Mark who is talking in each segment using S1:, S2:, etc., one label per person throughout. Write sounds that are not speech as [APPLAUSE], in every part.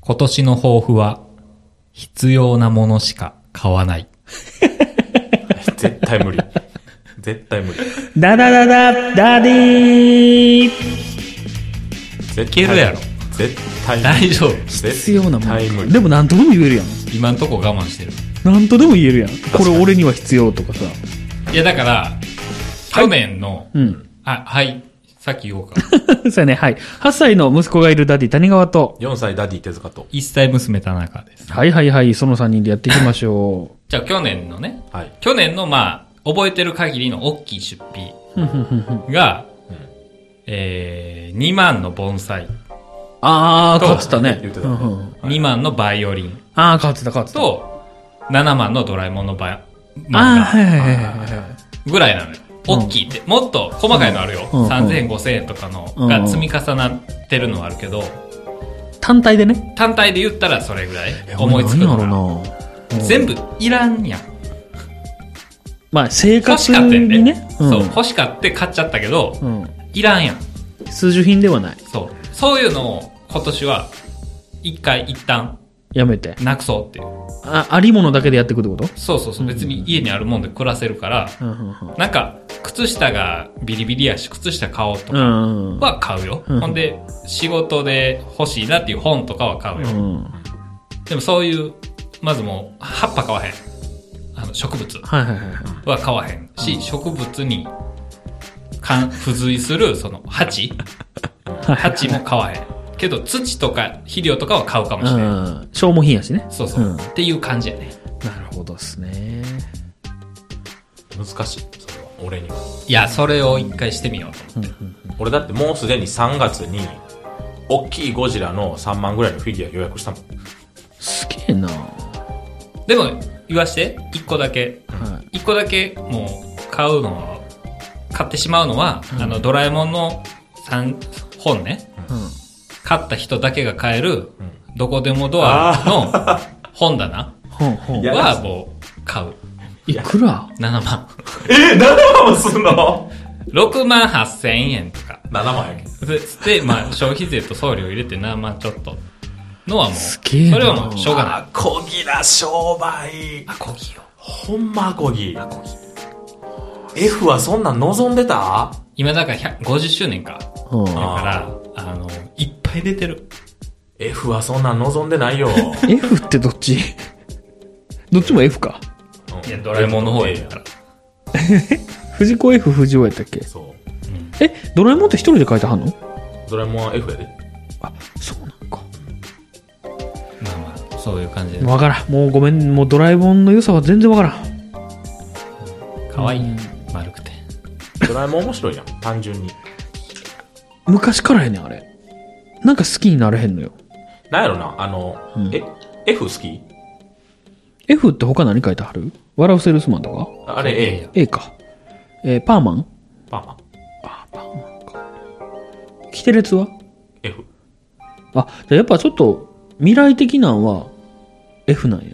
S1: 今年の抱負は、必要なものしか買わない。
S2: 絶対無理。絶対無理。
S3: ダダダダダディー
S2: 絶対
S1: けるやろ。
S2: 絶対無理。
S1: 大丈夫。
S3: 必要なも
S2: 絶対無
S3: ん。
S2: 理
S3: でも何とでも言えるやん。
S1: 今んとこ我慢してる。
S3: 何とでも言えるやん。こ
S2: かに
S3: れ俺には必要とかさ。
S1: いや、だから、去年の、
S3: うん。
S1: あ、はい、さっき言おうか。
S3: [LAUGHS] そうやね、はい。8歳の息子がいるダディ谷川と、
S2: 4歳ダディ手塚と。
S1: [LAUGHS] 一歳娘田中です。
S3: はいはいはい、その3人でやっていきましょ
S1: じゃあ去年のね、
S2: はい。
S1: 去年のまあ、覚えてる限りの大きい出費 [LAUGHS]
S3: う。ふんふんふんふん
S1: が、
S2: うん
S1: えー、2万の盆栽、
S3: あ
S1: そ
S3: ー、
S1: う
S3: 勝ってたね。
S2: 言ってたね
S3: うんうん
S1: 2万のバイオリン
S3: あー、勝ってた、勝ってた。
S1: と、7万のドラえもんのバイ、
S3: あー、
S1: 漫
S3: はいはいはい
S1: 画
S3: はいはい。
S1: ぐらいなのよ。
S3: うん
S1: 大きいって、もっと細かいのあるよ。
S3: うんうん
S1: 3000、5000円とかの
S3: うん
S1: が積み重なってるのはあるけど、
S3: 単体でね。
S1: 単体で言ったらそれぐらい思いつくの
S3: 何や
S1: が。
S3: ろうな。
S1: 全
S3: 部。
S1: 部いらんやん。
S3: まあ、生
S1: 欲
S3: 活
S1: しかったよ
S3: に
S1: ね
S3: ね。。
S1: そう、
S3: ん
S1: 欲しかって買っちゃったけど、
S3: うん。
S1: いらんやん。
S3: 必需品ではない。
S1: そう。そういうのを今年は、一回一旦、
S3: やめて。
S1: なくそうっていう。
S3: あ、ありものだけでやっていくってこと
S1: そうそうそう。別に家にあるもんで暮らせるから、
S3: うんうん
S1: なんか、靴下がビリビリやし、靴下買おうと
S3: う
S1: か
S3: ん。うん。
S1: は買うよ。
S3: うん
S1: ほんで、仕事で欲しいなっていう本とかは買う
S3: う
S1: よ。
S3: ん。
S1: でもそういう、まずもう、葉っぱ買わへん。あの、植物
S3: はいはいはい。
S1: は買わへんし、植物に、かん、付随する、その、 [LAUGHS] 鉢
S3: はい。
S1: 鉢も買わへん。けど、土とか肥料とかは買うかもしれん。
S3: うん。消耗品やしね。
S1: そうそう、
S3: うん
S1: っていう感じやね。
S3: なるほどですね。
S2: 難しい。それは。俺には。
S1: いや、それを一回してみようと思って。
S2: 俺だってもうすでに3月に、大きいゴジラの3万ぐらいのフィギュア予約したもん。
S3: すげえな。
S1: でも、言わして、一個だけ。
S3: は
S1: 一個だけ、もう、買うのは、買ってしまうのは、あの、ドラえもんの三本ね。
S3: い。うん。
S1: 買った人だけが買える、
S2: ん
S1: どこでもドアの本棚
S3: ほんほん
S2: い。や
S1: は、もう、買う。
S3: いくら
S1: 7万。
S2: え !7 万もすんの
S1: 6万8千円とか。
S2: ?7 万やけん。
S1: で、つって、まあ、消費税と送料入れて7万ちょっと。のはもう、そ
S3: げえな
S1: れはもう、しょうがない。
S2: あ、こぎな商売。
S1: あ、コギよ。
S2: ほんまあこぎ。F はそんなん望んでた
S1: 今だから100 50周年か。
S3: うん。
S1: だ
S2: あ
S1: から、あの、いっぱい出てる。
S2: ?F はそんなん望んでないよ。
S3: F ってどっち [LAUGHS] どっちも F か。
S1: いや、ドラえもんの方
S2: え
S1: や
S2: え
S1: か
S2: や
S1: ら。
S3: 藤子 F 藤尾やったっけ
S2: んそう。
S3: え、ドラえもんって一人で書いてはんの
S2: ドラえもんは F やで。
S3: あ、そうなんか。
S1: まあまあ、そういう感じで。
S3: わからん。もうごめん。もうドラえもんの良さは全然わからん。
S1: かわいい。丸くて。
S2: ドラえもん面白いやん。単純に。
S3: 昔からやねん、あれ。なんか好きになれへんのよ。
S2: なんやろな、あの、
S3: うん
S2: え、F 好き
S3: F って他何書いてはる笑うセールスマンとか
S2: あれ A や。
S3: ?A か。えー、パーマン
S2: パーマン。
S3: あー、パーマンか。キテレツは
S2: F。
S3: あ、じゃあやっぱちょっと未来的なんは F なんや。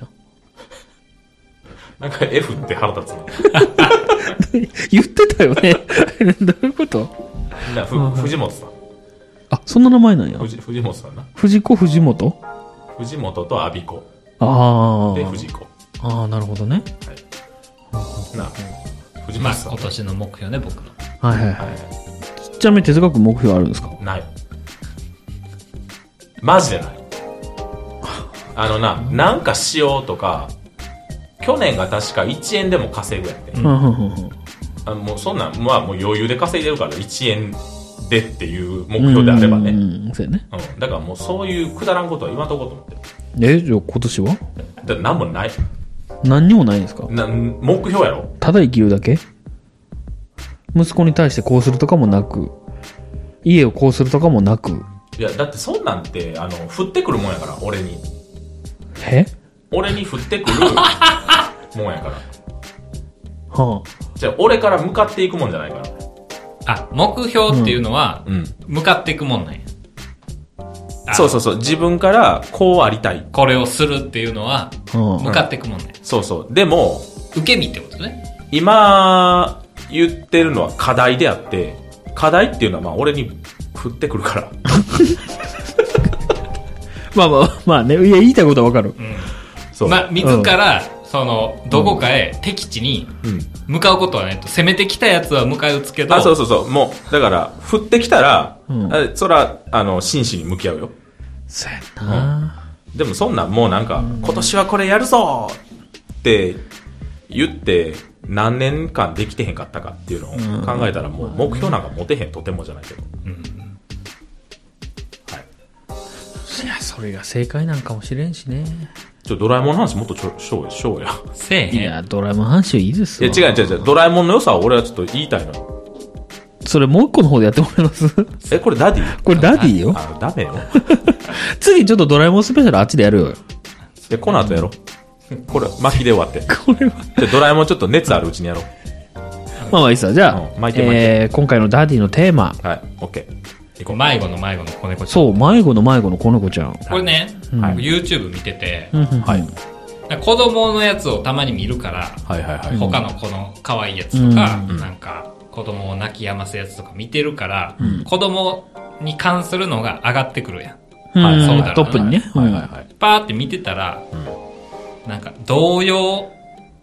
S2: なんか F って腹立つの。
S3: [LAUGHS] 言ってたよね。 [LAUGHS] どういうこと
S2: なふ藤本さん。
S3: あ、そんな名前なんや。
S2: 藤藤本さんな。
S3: 藤子藤本
S2: 藤本とアビコ。
S3: あ
S2: で、
S3: あ。
S2: 藤子。
S3: ああ、なるほどね。
S2: な、藤
S1: ま
S2: 本
S1: あ、
S2: さん。
S1: 今年の目標ね、僕の。
S3: はいはいは。
S2: はい
S3: ちなみに哲学目標あるんですか
S2: い。ない。マジでない。あのな、なんかしようとか、去年が確か1円でも稼ぐやって
S1: う。ん
S3: うんうんうんうん
S2: あもうそんなん、まあもう余裕で稼いでるから1円でっていう目標であればね。
S3: う
S2: うん
S3: んうん、そうやね。
S2: だからもうそういうくだらんことは言わんとこうと思ってる。
S3: え、じゃあ今年は
S2: だってなんもない。
S3: 何にもないんですか
S2: な目標やろ
S3: ただ生きるだけ息子に対してこうするとかもなく、家をこうするとかもなく、
S2: いや、だってそんなんって、あの、降ってくるもんやから、俺に。
S3: え
S2: 俺に降ってく [LAUGHS] るもんやから。
S3: は
S2: じゃあ、俺から向かっていくもんじゃないから。
S1: あ、目標っていうのは、
S2: うん。
S1: 向かっていくもんなんや。あ
S2: そうそうそう。自分から、こうありたい。
S1: これをするっていうのは、
S3: あ、は
S1: 向かっていくもんなんや。
S2: そうそう。でも、
S1: 受け身ってことね。
S2: 今、言ってるのは課題であって、課題っていうのは、まあ、俺に降ってくるから。
S3: まあまあ、まあね。いや、言いたいことはわかる。
S2: そう。
S1: まあ、自ら、その、どこかへ敵地に
S2: うん。
S1: 向かうことはね、と攻めてきたやつは迎え撃つけど、
S2: あ、そうそうそう。もう、だから、降ってきたら、
S3: うん
S2: あそら、あの、真摯に向き合うよ。
S3: そうやんな。
S2: でもそんなんもうなんか、今年はこれやるぞって言って、何年間できてへんかったかっていうのを考えたら、もう目標なんか持てへん、とてもじゃないけど。
S3: いや、それが正解なんかもしれんしね。
S2: ちょ、ドラえもんの話もっとちょ、しょうや、しょうや。
S1: せえ
S3: い
S1: へん。
S3: や、ドラえもん話はいいです
S2: いや、違
S3: よ。
S2: う違う違う。ドラえもんの良さを俺はちょっと言いたいのよ。
S3: それもう一個の方でやってもらいます [LAUGHS] こ
S2: え、これダディ
S3: れダディよ。
S2: あ、ダメよ。
S3: 次ちょっとドラえもんスペシャルあっちでやるよ。
S2: で、この後やろう。これ、巻きで終わって。
S3: これは。
S2: じゃあドラえもんちょっと熱あるうちにやろう。
S3: まあまあいいさ。じゃ
S2: うん
S3: あ、
S2: 巻いて巻いて
S3: えー今回のダディのテーマ。
S2: はい、オッケー。
S1: 迷子の迷子の子猫ちゃん。
S3: そう、迷子の迷子の子猫ちゃん。
S1: これね、
S2: はい
S1: 僕 YouTube 見てて、
S3: はい。
S1: なんか子供のやつをたまに見るから、
S2: はいはいはい。
S1: 他の子の可愛いやつとか、
S2: うん
S1: なんか子供を泣き止ませやつとか見てるから、子供に関するのが上がってくるやん。
S2: はい
S3: うん
S1: そうだろうな
S3: トップにね。
S2: はいはいはい。
S1: パーって見てたら、なんか童謡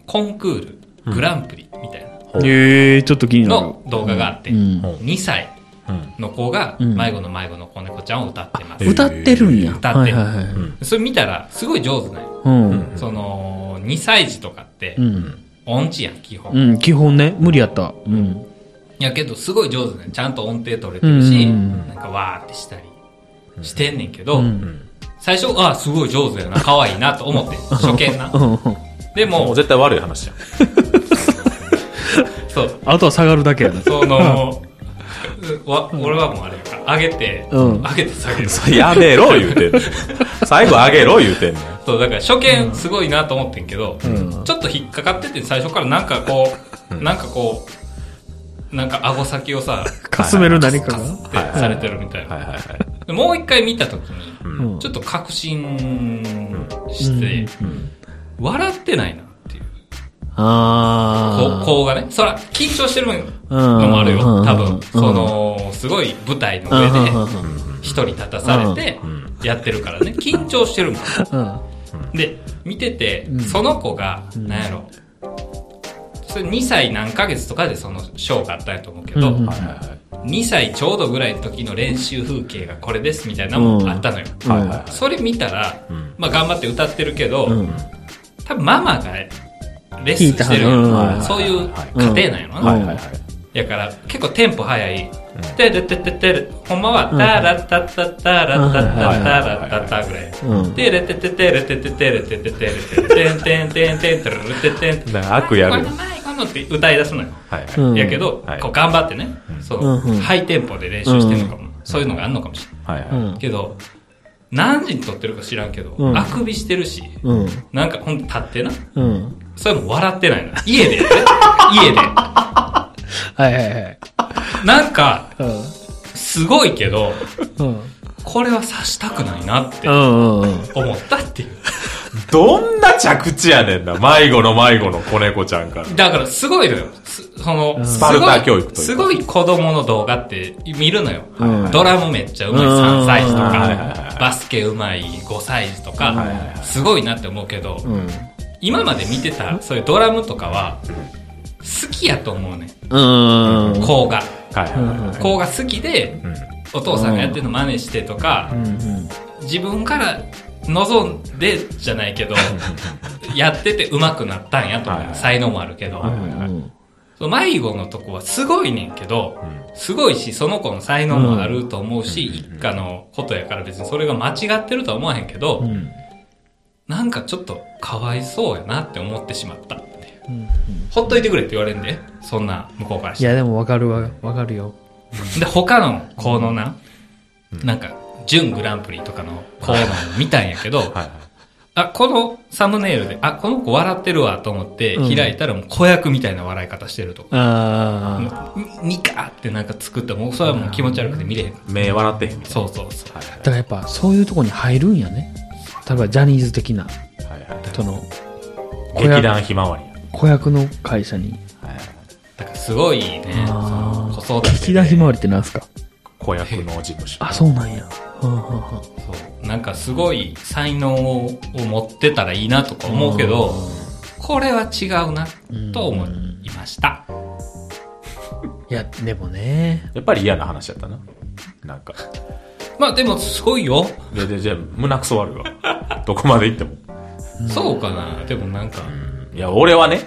S1: コンクールグランプリみたい
S2: うん
S3: えー、ちょっと気に
S1: な
S3: なる。
S1: の動画があって、
S3: うん
S2: うん
S1: 2歳
S2: うん。
S1: の子が
S3: うん
S1: 迷子の迷子の子猫ちゃんを歌ってます。
S2: うん
S3: 歌ってるんや。
S1: 歌ってる
S3: はいはいはい
S2: うん
S1: それ見たらすごい上手なんよ
S3: うん。
S1: その、2歳児とかって
S3: う、ん。
S1: 音痴やん、基本。
S3: うん、基本ね、無理やった。うん。
S1: やけど、すごい上手ね。ちゃんと音程取れてるし、
S3: うん
S1: なんかわーってしたりしてんねんけど、
S3: ん
S1: 最初、あー、すごい上手やな、可愛いなと
S3: [LAUGHS]
S1: 思って、初見な
S3: う。ん。
S1: で
S2: もう
S1: も、
S2: 絶対悪い話じゃん。
S1: そう、
S3: あとは下がるだけやな。
S1: その、うわ俺はもうあれやから、上げて、
S3: うん
S1: 上げて下げる。
S2: それ [LAUGHS] やめろ言うてんねん最後あげろ言うてんねん
S1: そう、だから初見すごいなと思ってんけど、
S3: ん
S1: ちょっと引っかかってて、最初からなんかこ
S3: [LAUGHS]
S1: う、なんかこう、なんか顎先をさ、
S3: かすめる何かが。
S1: ってされてるみたいな
S2: はい。はいはい。
S1: でもう一回見たときに、
S3: うん
S1: ちょっと確信して、笑ってないなっていう。こ
S3: あ
S1: う
S3: ー。
S1: こうがね、そら、緊張してる
S3: うん
S1: のもあるよ
S3: う、ん
S1: 多
S3: うん
S1: 分。その、すごい舞台の上
S3: うん
S1: で
S3: うんうん、
S1: 一人立たされて、やってるからね、緊張してるもん。
S3: うん。
S1: で、見てて、その子が、なんやろ、それ2歳何ヶ月とかでそのショーがあったんやと思うけど、
S3: うんうん
S2: はいはいはい
S1: 2歳ちょうどぐらいの時の練習風景がこれですみたいなのもあったのよ。
S3: うん
S2: はいはい
S1: それ見たら、
S2: ん
S1: まあ頑張って歌ってるけど、
S3: ん
S1: 多分ママがレッスンしてるや
S3: 聞い
S1: ん
S3: たはずうん
S1: そういう家庭なんやろな。
S2: はいはいはい。
S1: やから結構テンポ速い。てるてててる。ほんまは、たらたたたらたたたらたたぐらい。
S3: うん
S1: てれてててれてててれてててれててんてんてんてんてるててんてん。
S2: なんか悪やる
S1: この前このって歌い出すのよ。
S2: はいはい。
S3: うん
S1: やけど、
S2: はい
S1: こう頑張ってね、そう、
S3: うんうん
S1: ハイテンポで練習してるのかも、そういうのがあるのかもしれ
S2: はいうは
S1: ない
S3: ん。
S1: けど、何時に撮ってるか知らんけど、
S3: うん
S1: あくびしてるし、
S3: うん。
S1: なんかほんと立ってな、
S3: うん。
S1: それも笑ってないの。家でやで、家で。
S3: はいはいはい。
S1: なんか、
S3: うん。
S1: すごいけど、
S3: うん。
S1: これは刺したくないなって
S3: うんうんうん。
S1: 思ったっていう。
S2: い。どんな着地やねんな。迷子の迷子の子猫ちゃんから。
S1: だからすごいのよ。すその、
S2: スパルタ教育というか
S1: すごいすごい子供の動画って見るのよ。
S3: うん
S1: ドラムめっちゃうまい3歳児と
S2: はいはいは
S1: か、バスケうまい5歳児と
S2: はいはいは
S1: か、すごいなって思うけど、
S3: うん。
S1: 今まで見てた、そういうドラムとかは、好きやと思うね。
S3: うん。
S1: 子が。
S2: はいはいはいはい。
S1: 子が好きで、
S2: うん
S1: お父さんがやってるの真似してとか
S3: う、ん。
S1: 自分から望んでじゃないけ
S2: [LAUGHS]
S1: ど、やってて上手くなったんやと
S2: はいは
S1: か、
S2: い
S1: 才能もあるけど、
S3: うん。
S1: その迷子のとこはすごいねんけど、すごいし、その子の才能もあると思うし、一家のことやから別にそれが間違ってるとは思わへんけど、なんかちょっとかわいそうやなって思ってしまったっていう。ほっといてくれって言われんで、そんな向こうからし
S3: い
S1: て。
S3: や、でもわかるわ、わかるよ。
S1: で、他の子のな、なんか、準グランプリとかの子の見たんやけど、
S2: はいはい
S1: あ、このサムネイルで、あ、この子笑ってるわと思って開いたらもう子役みたいな笑い方してるとか。
S3: あ
S1: ににかーってなんか作ってもうそれはもう気持ち悪くて見れへんから
S2: 目笑ってへんみたい
S1: そうそうそう
S2: な。
S3: あ。だからやっぱ、そういうとこに入るんやね。例えば、ジャニーズ的な、
S2: はいはいはい
S3: その、
S2: はい。劇団ひまわりや。
S3: 子役の会社に。
S2: はいはい
S1: だからすごいねそ
S3: あ
S1: の
S3: ー
S1: 子育てで
S3: 引き出し回りってなんすか
S2: 子役の事務所。
S3: あ、そうなんや。はあはあはあ
S1: そうなんかすごい才能を持ってたらいいなとか思うけど、これは違うなと思いました。
S4: いや、でもね。
S2: やっぱり嫌な話やったな。なんか。
S1: まあでもすごいよ。
S2: いや、でじゃあ、胸くそ悪いわ。どこまで行っても。
S1: そうかな。でもなんか、
S2: いや、俺はね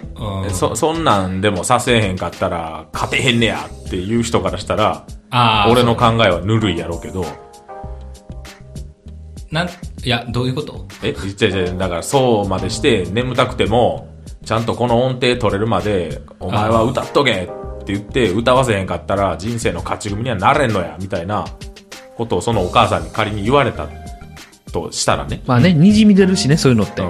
S1: う、ん
S2: そ、そんなんでもさせへんかったら、勝てへんねやっていう人からしたら、
S1: ああ、
S2: 俺の考えはぬるいやろうけど、
S1: なん、いや、どういうこと
S2: え、違う違う、だからそうまでして、眠たくても、ちゃんとこの音程取れるまで、お前は歌っとけって言って、歌わせへんかったら、人生の勝ち組にはなれんのや、みたいなことをそのお母さんに仮に言われたとしたらね、
S3: まあね、にじみ出るしね、そういうのって。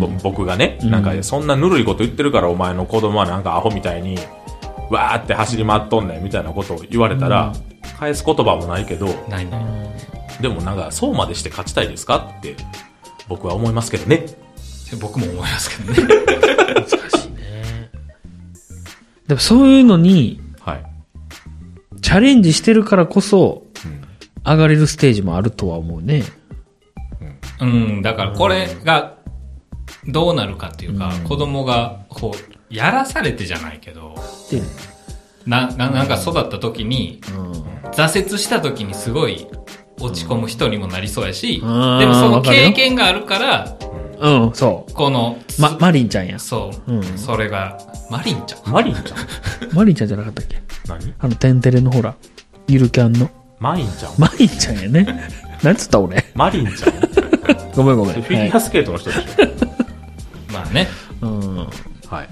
S2: ぼ僕がね、なんかそんなぬるいこと言ってるからお前の子供はなんかアホみたいにわーって走り回っとんねんみたいなことを言われたら、返す言葉もないけど
S1: ないない。
S2: でもなんかそうまでして勝ちたいですかって僕は思いますけどね
S1: で僕も思いますけどね。 [LAUGHS]
S3: でもそういうのに、
S2: はい、
S3: チャレンジしてるからこそ、
S2: うん
S3: 上がれるステージもあるとは思うね。
S1: うん、だからこれがどうなるかっていうか、子供がこう、やらされてじゃないけど、
S3: で、
S1: な、ななんか育った時に、
S3: うん。
S1: 挫折した時にすごい落ち込む人にもなりそうやし、
S3: うん
S1: でもその
S3: わかるよ
S1: 経験があるから、
S3: うん、そ
S1: この、
S3: う。ま、マリンちゃんや。
S1: そう、
S3: うん
S1: それが、マリンちゃん。
S2: マリン [LAUGHS] ちゃん
S3: マリンちゃんじゃなかったっけ
S2: 何
S3: あの、テンテレのほら、ゆるキャンの。
S2: マリンちゃん
S3: マリンちゃんや [LAUGHS] ね。なんつった俺。
S2: マリンちゃんフ
S3: ごめんごめん。
S2: ィギュアスケートの人でし
S1: まあね、
S3: はいうん。
S2: ょ、はい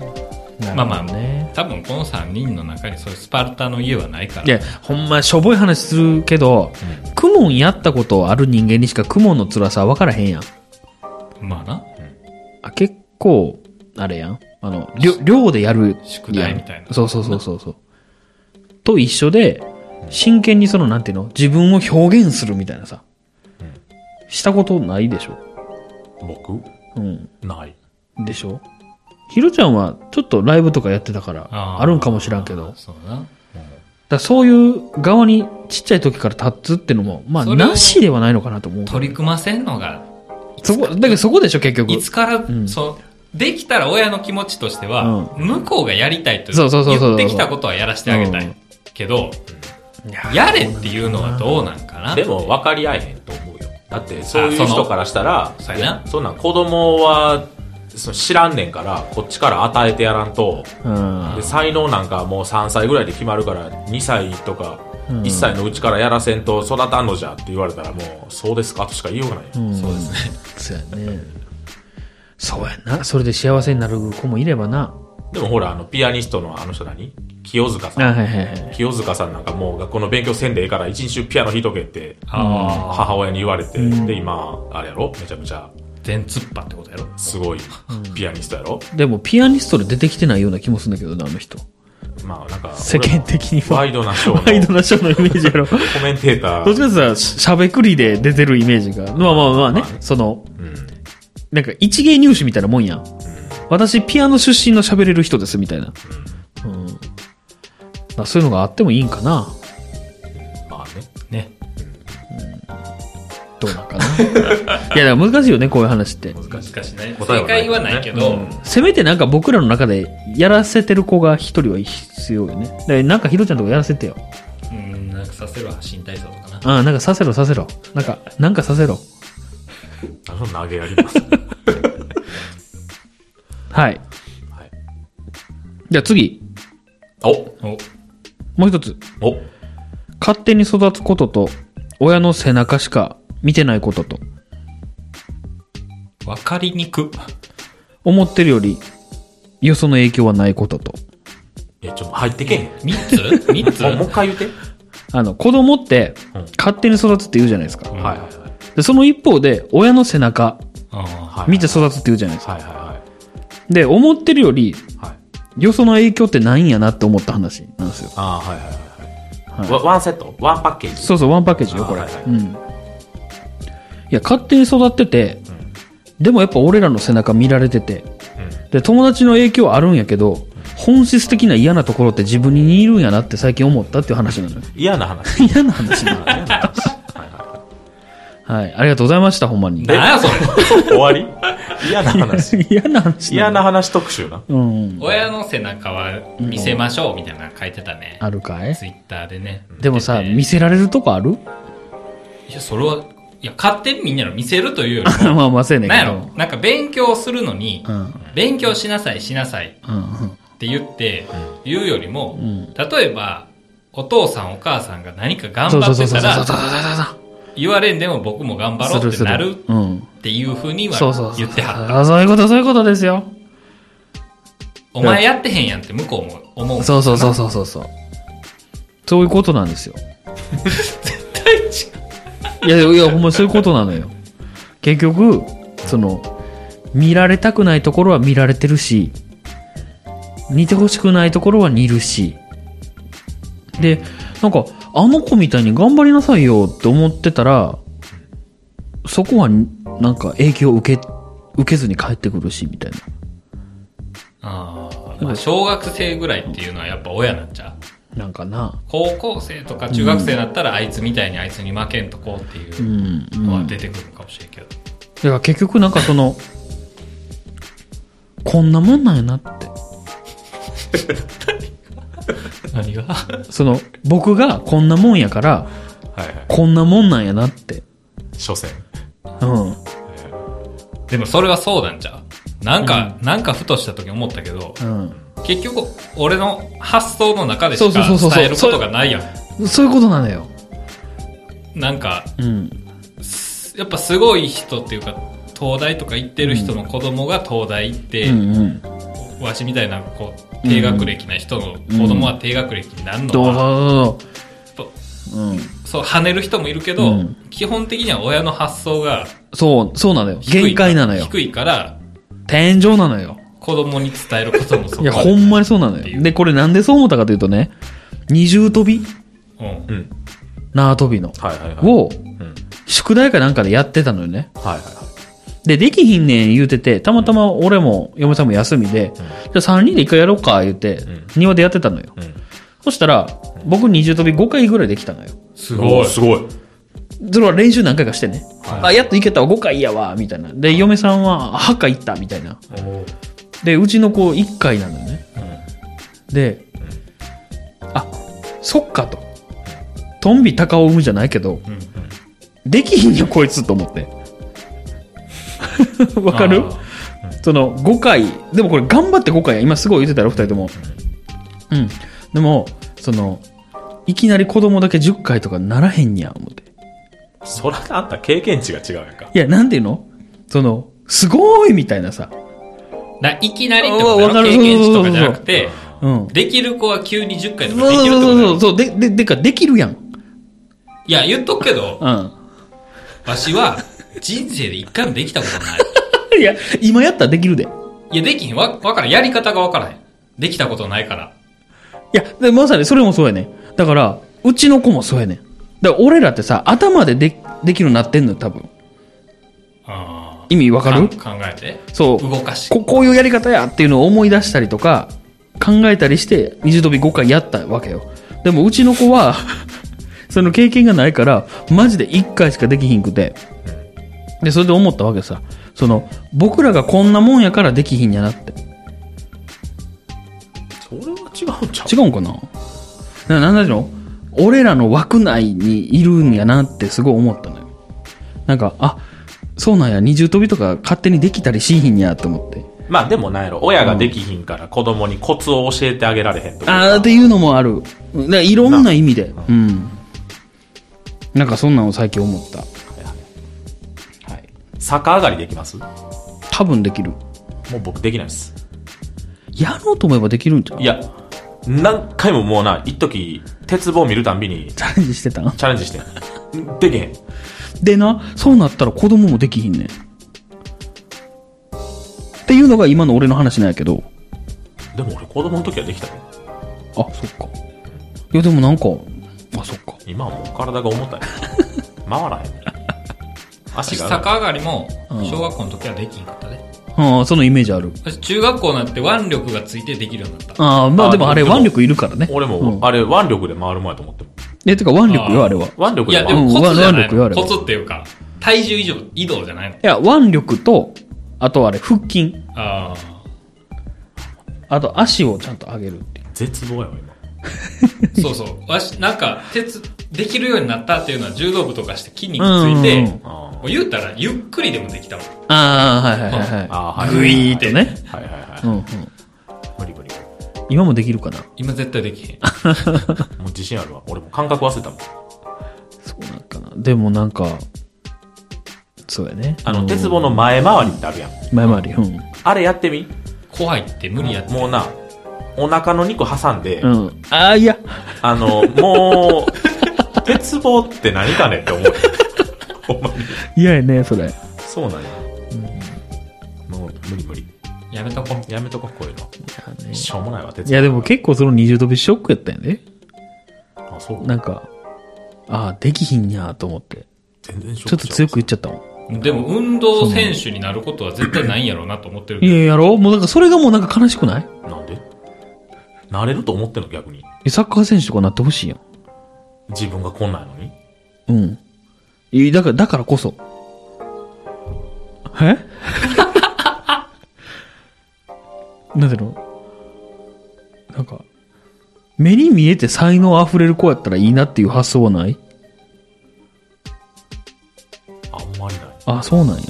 S1: まあまあ
S3: ね。
S1: 多分この3人の中にそういうスパルタの家はないから。
S3: いや、ほんま、しょぼい話するけど、クモンやったことある人間にしかクモンの辛さは分からへんやん。
S1: まあな、
S3: あ、結構、あれやん。あの、りょ寮でやるやん。
S1: 宿題みたいな
S3: そうそうそうそうそう。と一緒で、真剣にその、なんていうの自分を表現するみたいなさ。したことないでしょ
S2: 僕
S3: うん。
S2: ない
S3: でしょひろちゃんは、ちょっとライブとかやってたから、
S1: あ
S3: あ
S1: ー
S3: るんかもしらんけど。だか
S1: そうだな。
S3: らそういう側にちっちゃい時から立つってのも、まあ、
S1: それを
S3: なしではないのかなと思う。
S1: 取り組ませんのが、
S3: そこ、だけどそこでしょ、結局。
S1: いつから、
S3: ん
S1: そう、できたら親の気持ちとしては、向こうがやりたいと
S3: そうそうそうそう
S1: 言ってきたことはやらせてあげた
S3: うん
S1: いけど、
S3: いや
S1: やれっていうのはどうなんかな
S2: でも分かり合えへんと思うよだってそういう人からしたら
S1: その
S2: いやそんなん子供はその知らんねんからこっちから与えてやらんと
S3: うん。
S2: で才能なんかもう3歳ぐらいで決まるから2歳とか1歳のうちからやらせんと育たんのじゃって言われたらもうそうですかとしか言いようがないよ、
S1: そうですね。
S3: そうやね。そうやな。それで幸せになる子もいればな。
S2: でもほらあのピアニストのあの人何清塚
S3: あ、
S2: さ
S3: はい
S2: ん
S3: はいはい。
S2: 清塚さんなんかもう学校の勉強せんでええから一日中ピアノ弾いとけって
S1: ああ、
S2: 母親に言われて、で今あれやろめちゃめちゃ
S1: 全突破ってことやろ。
S2: すごいピアニストやろ、
S3: でも、ピアニストで出てきてないような気もするんだけどな、あの人。
S2: まあなんか
S3: 世間的には [LAUGHS]
S2: ワイドなショ
S3: ワイ
S2: ー
S3: ド
S2: の
S3: なショーのイメージやろ。どっ
S2: コメンテータ
S3: ちか
S2: ー、
S3: というとししゃべくりで出てるイメージが。まあまあまあね。その、
S2: うん、
S3: なんか一芸入試みたいなもんやん。私、ピアノ出身の喋れる人です、みたいな。うん。だからそういうのがあってもいいんかな。
S2: まあね
S1: ね。
S3: どうなんかな。いや、だから難しいよね、こういう話って。
S1: 難しいね。
S2: 答
S1: 正
S2: えはない
S1: 解はないけど、
S3: せめてなんか僕らの中でやらせてる子が一人は必要よね。だからなんかひろちゃんとかやらせてよ。
S1: うん、なんかさせるは身体操とかな。
S3: ああ、なんかさせろさせろ。なんか、なんかさせろ。
S2: あの投げやります、ね、 [LAUGHS]
S3: はい。
S2: はい
S3: じゃあ次。
S2: お
S1: お、
S3: もう一つ。
S2: お
S3: 勝手に育つことと、親の背中しか見てないことと、
S1: わかりにく。
S3: 思ってるより、よその影響はないことと。
S2: え、ちょ、入ってけへん。
S1: 三つ三つ
S2: もうもう一回言って。
S3: あの、子供って
S2: うん、
S3: 勝手に育つって言うじゃないですか。
S1: うん
S2: はいはいはい。
S3: で、その一方で、親の背中、
S1: あ
S2: はい
S3: 見て育つって言うじゃないですか。
S2: はいはいはい。
S3: で、思ってるより、
S2: はい。
S3: よその影響ってないんやなって思った話なんですよ。
S2: あーはいはいはいはい。ワワンセットワンパッケージ
S3: そうそう、ワンパッケージよ、これ。
S2: あはいはい
S3: うん。いや、勝手に育ってて、でもやっぱ俺らの背中見られてて、で、友達の影響あるんやけど、本質的な嫌なところって自分に似るんやなって最近思ったっていう話なのよ。
S2: [LAUGHS] 嫌な話。
S3: 嫌な話なの。
S2: 嫌な話。はいはいは
S3: はい。ありがとうございました、ほんまに。
S1: 何やそれ。
S2: 終わり嫌な話。
S3: [LAUGHS] 嫌な
S2: [LAUGHS]
S3: 話
S2: 嫌な話特集な。
S3: うん。
S1: 親の背中は見せましょうみたいなの書いてたね。
S3: あるかい
S1: ツイッターでね。
S3: でもさ、
S1: 出てて
S3: 見せられるとこある [LAUGHS]
S1: いや、それは、いや、勝手にみんなの見せるというよりも、
S3: まあまあ、せやねん
S1: なん
S3: け
S1: や
S3: ど。
S1: ろ、なんか勉強するのに、
S3: うん。
S1: 勉強しなさい、しなさいっ
S3: うん。
S1: て言って、言うよりも、
S3: ん
S1: 例えば、お父さんお母さんが何か頑
S3: そう
S1: 張
S3: そう
S1: っ
S3: そう
S1: て
S3: そ
S1: た
S3: うそうそう
S1: ら、言われんでも僕も頑張ろうってなる
S3: うん。
S1: っていうふうに
S3: そうそう
S1: は
S3: そう。
S1: 言ってはった。
S3: あそういうこと、そういうことですよ。
S1: お前やってへんやんって向こうも思う。
S3: そうそうそうそうそうそう。そういうことなんですよ。絶対違う。いやいや、ほんまそういうことなのよ。結局、その、見られたくないところは見られてるし、似てほしくないところは似るし、で、なんか、あの子みたいに頑張りなさいよって思ってたら、そこは、なんか影響を受け、受けずに帰ってくるし、みたいな。
S1: あーまあ、小学生ぐらいっていうのはやっぱ親なっちゃう。
S3: なんかな。。
S1: 高校生とか中学生だったら、あいつみたいにあいつに負けんとこうっていううん
S3: うん
S1: のは出てくるかもしれんけど。
S3: だから結局なんかその、こんなもんなんやなって。
S1: 何が [LAUGHS]
S3: その、僕がこんなもんやから、
S2: はいはい。
S3: こんなもんなんやなって。
S2: 所詮。
S3: うん。
S1: でもそれはそうなんちゃうなんか、なんかふとした時思ったけど、
S3: う
S1: 結局、俺の発想の中でし
S3: そうそうそうそう
S1: か伝えることがないやん。
S3: ん。そういうことなのよ。
S1: なんか、
S3: うん。
S1: やっぱすごい人っていうか、東大とか行ってる人の子供が東大行って、
S3: うんうん。
S1: わしみたいな、こう、低学歴な人の子供は低学歴になるの
S3: どう
S1: は、
S3: ぞ
S1: やっ
S3: どうぞ。うん。
S1: ぱそう、跳ねる人もいるけど、
S3: うん
S1: 基本的には親の発想が
S3: そう、そうなのよ。
S1: 低い
S3: 限界なのよ。
S1: 低いから、
S3: 天井なのよ。
S1: 子供に伝えることもそこ
S3: いや、ほんまにそうなのよ。で、これなんでそう思ったかというとね、二重跳び
S1: うん
S2: う。ん。
S3: 縄跳びの。
S2: はいはいはい。
S3: を、
S2: うん。
S3: 宿題かなんかでやってたのよね。
S2: はいはいはい。
S3: で、できひんねん言うてて、たまたま俺も嫁さんも休みで、じゃあ3人で一回やろうか言うて、
S2: ん
S3: 庭でやってたのよ。
S2: うん。
S3: そしたら、僕二重跳び5回ぐらいできたのよ。
S1: す
S2: お
S1: ご
S2: ー
S1: い。
S2: すごい。
S3: それは練習何回かしてね。
S2: は
S3: あ、やっといけたわ、5回やわ、みたいな。で、嫁さんは8回いった、みたいな。で、うちの子1回なのよね。で、あ、そっかと。トンビ高を生むじゃないけど、
S1: ん
S3: できひんよ、こいつと
S1: [LAUGHS]
S3: 思って。わかる
S1: あー
S3: その5回、でもこれ頑張って5回や、今すごい言ってたら2人とも。うん。でも、その、いきなり子供だけ10回とかならへんにゃ、思って。
S2: そらあんた経験値が違うやんか。
S3: いや、なんていうのその、すごいみたいなさ。
S1: だいきなりってこと
S3: わ
S1: だ
S3: か
S1: ろ
S3: る
S1: 経験値とかじゃなくて、
S3: うん。
S1: できる子は急に10回と
S3: そう
S1: かできるってことだ
S3: そ
S1: ろ
S3: うそう、で、で、でか、できるやん。
S1: いや、言っとくけど、
S3: うん。 [LAUGHS]
S1: わしは人生で一回もできたことない。
S3: いや、今やったらできるで。い
S1: いや、できひん。わ、わからん。やり方がわからへん。できたことないから。
S3: や、でまさにそれもそうやねん。だから、うちの子もそうやねん。だから俺らってさ、頭ででできるようになってんのよ、多分。
S1: あ
S3: 意味わかる
S1: ー考えて。
S3: そう。
S1: 動かし
S3: ここういうやり方やっていうのを思い出したりとか考えたりして二重跳び5回やったわけよでもうちの子は [LAUGHS] その経験がないからマジで1回しかできひんくてでそれで思ったわけさその僕らがこんなもんやからできひんやなって
S2: それは違うんちゃ
S3: 違うんかなななんだろう俺らの枠内にいるんやなってすごい思ったのよなんかあそうなんや二重跳びとか勝手にできたりしひんやと思って
S2: うまあでもなんやろ。親ができひんから子供にコツを教えてあげられへんとか。
S3: あーっていうのもある。だからいろんな意味で。うん。なんかそんなの最近思った。はい。
S2: 逆上がりできますも
S3: 多分できる。
S2: う僕できないです。
S3: やろうと思えばできるんじゃん
S2: い。や、何回ももうな、一時、鉄棒見るたんびに
S3: チャレンジしてたん
S2: チャレンジしてん。できへん。
S3: でな、そうなったら子供もできひんねん。っていうのが今の俺の話なんやけど。
S2: でも俺子供の時はできたよ。
S3: あ、そっか。いやでもなんか、あ、そっか。
S2: 今はもう体が重たい。回らへん。足
S1: 私、
S2: が上がる。
S1: 逆上がりも、小学校の時はできんかったね。
S3: ああ、そのイメージある。
S1: 私、中学校になって腕力がついてできるようになった。
S3: ああ、まあ
S2: あ
S3: でもあれ
S2: でも
S3: 腕力いるからね。
S2: 俺も、あれ腕力で回るもんやと思ってる。
S3: え、てか腕力よ、あれは。
S2: 腕力
S1: い
S2: で
S1: や、
S2: 回
S1: で
S2: るもん。
S1: もコツじゃない
S3: 腕力よあ
S1: の。
S3: れは
S1: コツっていうか、体重以上移動じゃないの
S3: いや、腕力と、あとあれ、腹筋。
S1: あ
S3: あと足をちゃんと上げるっていう。
S2: 絶望やわ、今。
S1: あ。そうそう。わし、なんか、鉄、できるようになったっていうのは柔道部とかして筋肉ついて、
S3: うんうんうん
S2: あ
S1: もう言うたらゆっくりでもできたもん。
S3: ああ、はいはいはいはい。
S2: あーはい
S3: グイーってね。
S2: はいはいはい。
S3: うんうん。
S2: 無理無理。
S3: 今もできるかな
S1: 今絶対できへん。
S2: もう自信あるわ。俺も感覚忘れたもん。
S3: そうなんかな。でもなんか、そうやね。
S2: あの、鉄棒の前回りってあるやん。
S3: 前回り。うん。
S2: あれやってみ
S1: 怖いって無理やって。
S2: もうな、お腹の肉挟んで、
S3: うん。ああ、いや。
S2: あの、もう、鉄棒って何かねって思う。ほんまに。
S3: いややね、それ。
S2: そうなんや。もう、無理無理。
S1: やめとこう。
S2: やめとこう、こういうの。しょうもないわ、鉄
S3: いや、でも結構その二重跳びショックやったんやね。
S2: 構。あ、そう。
S3: なんか、ああ、できひんやと思って。
S2: 全然ショ
S3: ちょっと強く言っちゃったもん。
S1: でも運動選手になることは絶対ないんやろうなと思ってるけ
S3: い
S1: ど。
S3: や、やろうもうなんかそれがもうなんか悲しくない
S2: なんでなれると思ってんの、逆に。
S3: えサッカー選手とかなってほしいやん。
S2: 自分がこんなんやのに。
S3: うん。いやだから、だからこそ。え [LAUGHS] なんていうのなんか、目に見えて才能溢れる子やったらいいなっていう発想はない
S2: あんまりない。
S3: あ、そうなんや。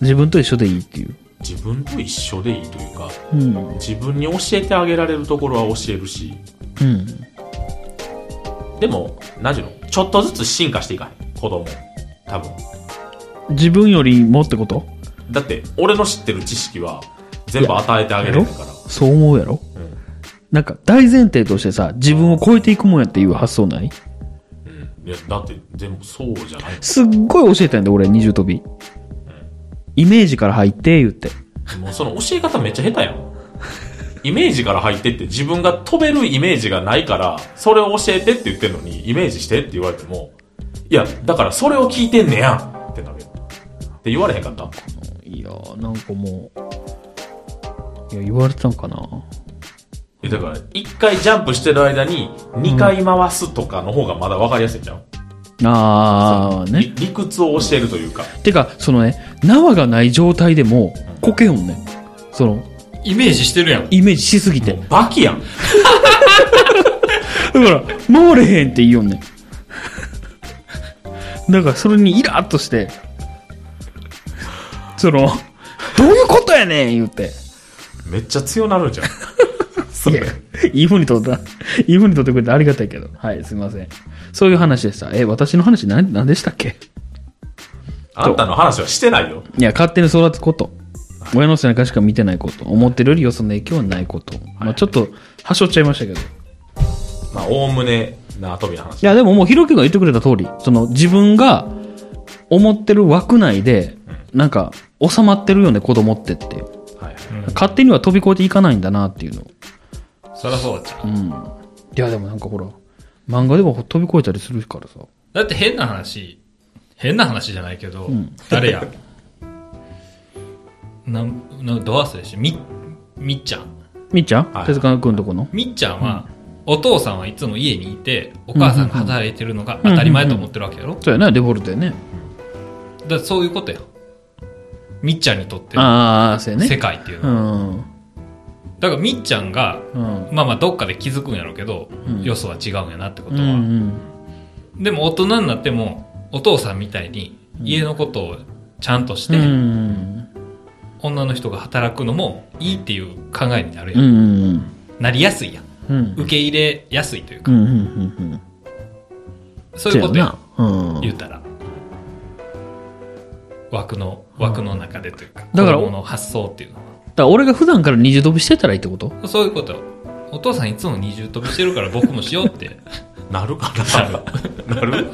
S3: 自分と一緒でいいっていう。
S2: 自分と一緒でいいというか、
S3: うん。
S2: 自分に教えてあげられるところは教えるし、
S3: うん。
S2: でも、何ていうのちょっとずつ進化していかへん。子供。多分。
S3: 自分よりもってこと
S2: だって、俺の知ってる知識は、全部与えてあげれるから。
S3: そう思うやろ、
S2: ん
S3: なんか大前提としてさ、自分を超えていくもんやっていう発想な
S2: う
S3: い
S2: ん。いや、だって、全部そうじゃない。
S3: すっごい教えたんで俺、二重跳び。イメージから入って、言って。
S2: もうその教え方めっちゃ下手やん。イメージから入ってって自分が飛べるイメージがないから、それを教えてって言ってんのに、イメージしてって言われても、いや、だからそれを聞いてんねやんってなるよ。って言われへんかった
S3: いやー、なんかもう、いや、言われたんかな。
S2: えだから、一回ジャンプしてる間に、二回回すとかの方がまだわかりやすいじゃん。
S3: あー、ね。
S2: り理屈を教えるというか。
S3: てか、そのね、縄がない状態でも、こけよんね。その、
S1: イメージしてるやん。
S3: イメージしすぎて。だ
S2: バキやん。
S3: から、回れへんって言いよんね。 [LAUGHS] だから、それにイラッとして、その、どういうことやねん言って。
S2: めっちゃ強なるじゃん。そ
S3: い
S2: れ
S3: や、いい風に撮った。 [LAUGHS] いい風に撮ってくれてありがたいけど。はい、すいません。そういう話でした。え、私の話何、何でしたっけ
S2: あんたの話はしてないよ。
S3: いや、勝手に育つこと。親の背中しか見てないこと。思ってるよりよその影響はないこと。まあちょっと、はしょっちゃいましたけど。い
S2: まあ、おおむね、縄跳びの話。
S3: や、でももう、ひろきが言ってくれた通り、その、自分が思ってる枠内で、なんか、収まってるよね、子供ってって。
S2: はいはい。
S3: 勝手には飛び越えていかないんだなっていうのを。
S1: そりゃそうじゃん。
S3: いや、でもなんかほら、漫画では飛び越えたりするからさ。
S1: だって変な話、変な話じゃないけど、誰や。 [LAUGHS] なん、なん、ど忘れし、み、みっちゃん。
S3: みっちゃん、
S2: はい
S3: 手塚くんとこの。
S1: みっちゃんは、お父さんはいつも家にいて、お母さんが働いてるのが当たり前と思ってるわけやろ、
S3: そうやな、デフォルトやね。
S1: だからそういうことや。みっちゃんにとっての
S3: ああ、そうやね。
S1: 世界っていう
S3: う
S1: のは。
S3: ん。うん。
S1: だからみっちゃんが、
S3: うん
S1: まあまあどっかで気づくんやろうけど、よそは違うんやなってこと
S3: う
S1: は。
S3: ん。
S1: でも大人になっても、お父さんみたいに家のことをちゃんとして、
S3: うん。
S1: 女の人が働くのもいいっていう考えになるや。
S3: うんん。
S1: なりやすいやん。
S3: うん。
S1: 受け入れやすいという
S3: う
S1: か、
S3: ん。うん。
S1: そういうことやん。
S3: うん。
S1: 言うたら。枠の、枠の中でというか、
S3: だから
S1: 子供の発想っていうのは。
S3: だから俺が普段から二重跳びしてたらいいってこと
S1: そういうこと。お父さんいつも二重跳びしてるから僕もしようって。
S3: [LAUGHS]
S2: なるかな [LAUGHS] なる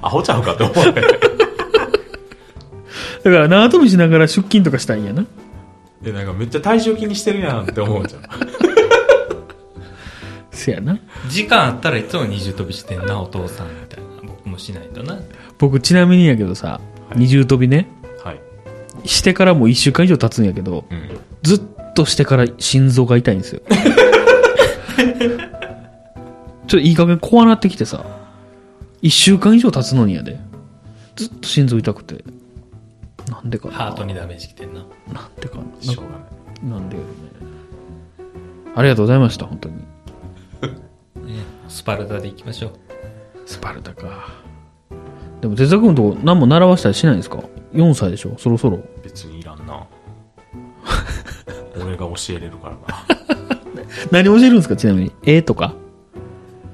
S2: アホちゃうかって思うね。 [LAUGHS]
S3: だから縄跳びしながら出勤とかしたいんやな。
S2: え、なんかめっちゃ体重気にしてるやんって思うじゃん。 [LAUGHS]
S3: せやな。
S1: 時間あったらいつも二重跳びしてんな、お父さんみたいな。僕もしないとな。
S3: 僕ちなみにやけどさ、二重跳びね、
S2: はい。
S3: してからもう一週間以上経つんやけど、
S2: うん。
S3: ずっとしてから心臓が痛いんですよ。 [LAUGHS] ちょっといい加減怖なってきてさ、一週間以上経つのにやで。ずずっと心臓痛くて。なんでかな。
S1: ハートにダメージきてんな。
S3: なんでかな。
S2: しょうがない。
S3: なんでよね。ありがとうございました、本当に。
S1: スパルタで行きましょう。
S3: スパルタか。でも、哲学のとこ何も習わしたりしないんですか ?4 歳でしょそろそろ。
S2: 別にいらんな。 [LAUGHS] 俺が教えれるからな。 [LAUGHS]
S3: 何教えるんですかちなみに。絵とか。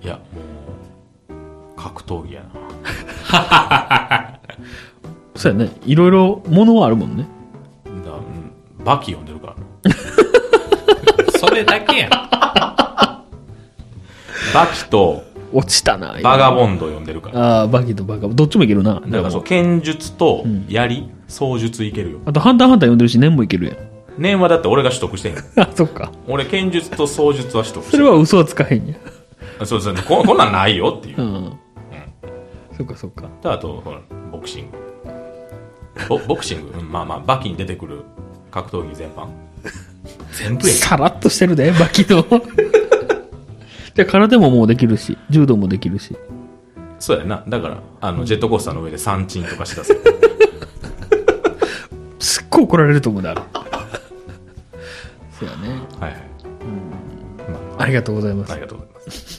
S2: いや、もう、格闘技やな。
S3: そうやね。いろいろ、ものはあるもんね。
S2: だうんバキ読んでるからな。
S1: それだけやん。
S2: バキと
S3: 落ちたな、
S2: バガ
S3: ン。
S2: ボンド読んでるから。
S3: ああ、バキとバガボン。どっちもいける
S2: だ
S3: な。
S2: からそう、剣術と槍、槍術いけるよ。
S3: あと、ハンターハンター読んでるし、年もいける
S2: 念はだって俺が取得してんよ。
S3: やん。あ、そっか。
S2: 俺、剣術と槍術は取得し
S3: [LAUGHS] そ
S2: てん
S3: れは嘘は使えへんや。
S2: あそうそう、ここんなんないよっていう
S3: う。ん。そっかそっか。
S2: であと、ほら、ボクシング。ボボクシング、 [LAUGHS] うんまあまあ、バキに出てくる格闘技全般。
S1: [LAUGHS] 全部やん。
S3: さらっとしてるで、バキ [LAUGHS] と。で、空手ももうできるし、柔道もできるし。
S2: そうやな。だから、あの、ジェットコースターの上で三鎮とか
S1: [LAUGHS]
S2: しだす。
S3: すっごい怒られると思う [LAUGHS] な。あれそうやね。
S2: はいはい。
S3: ありがとうございます
S2: あ。りがとうございます。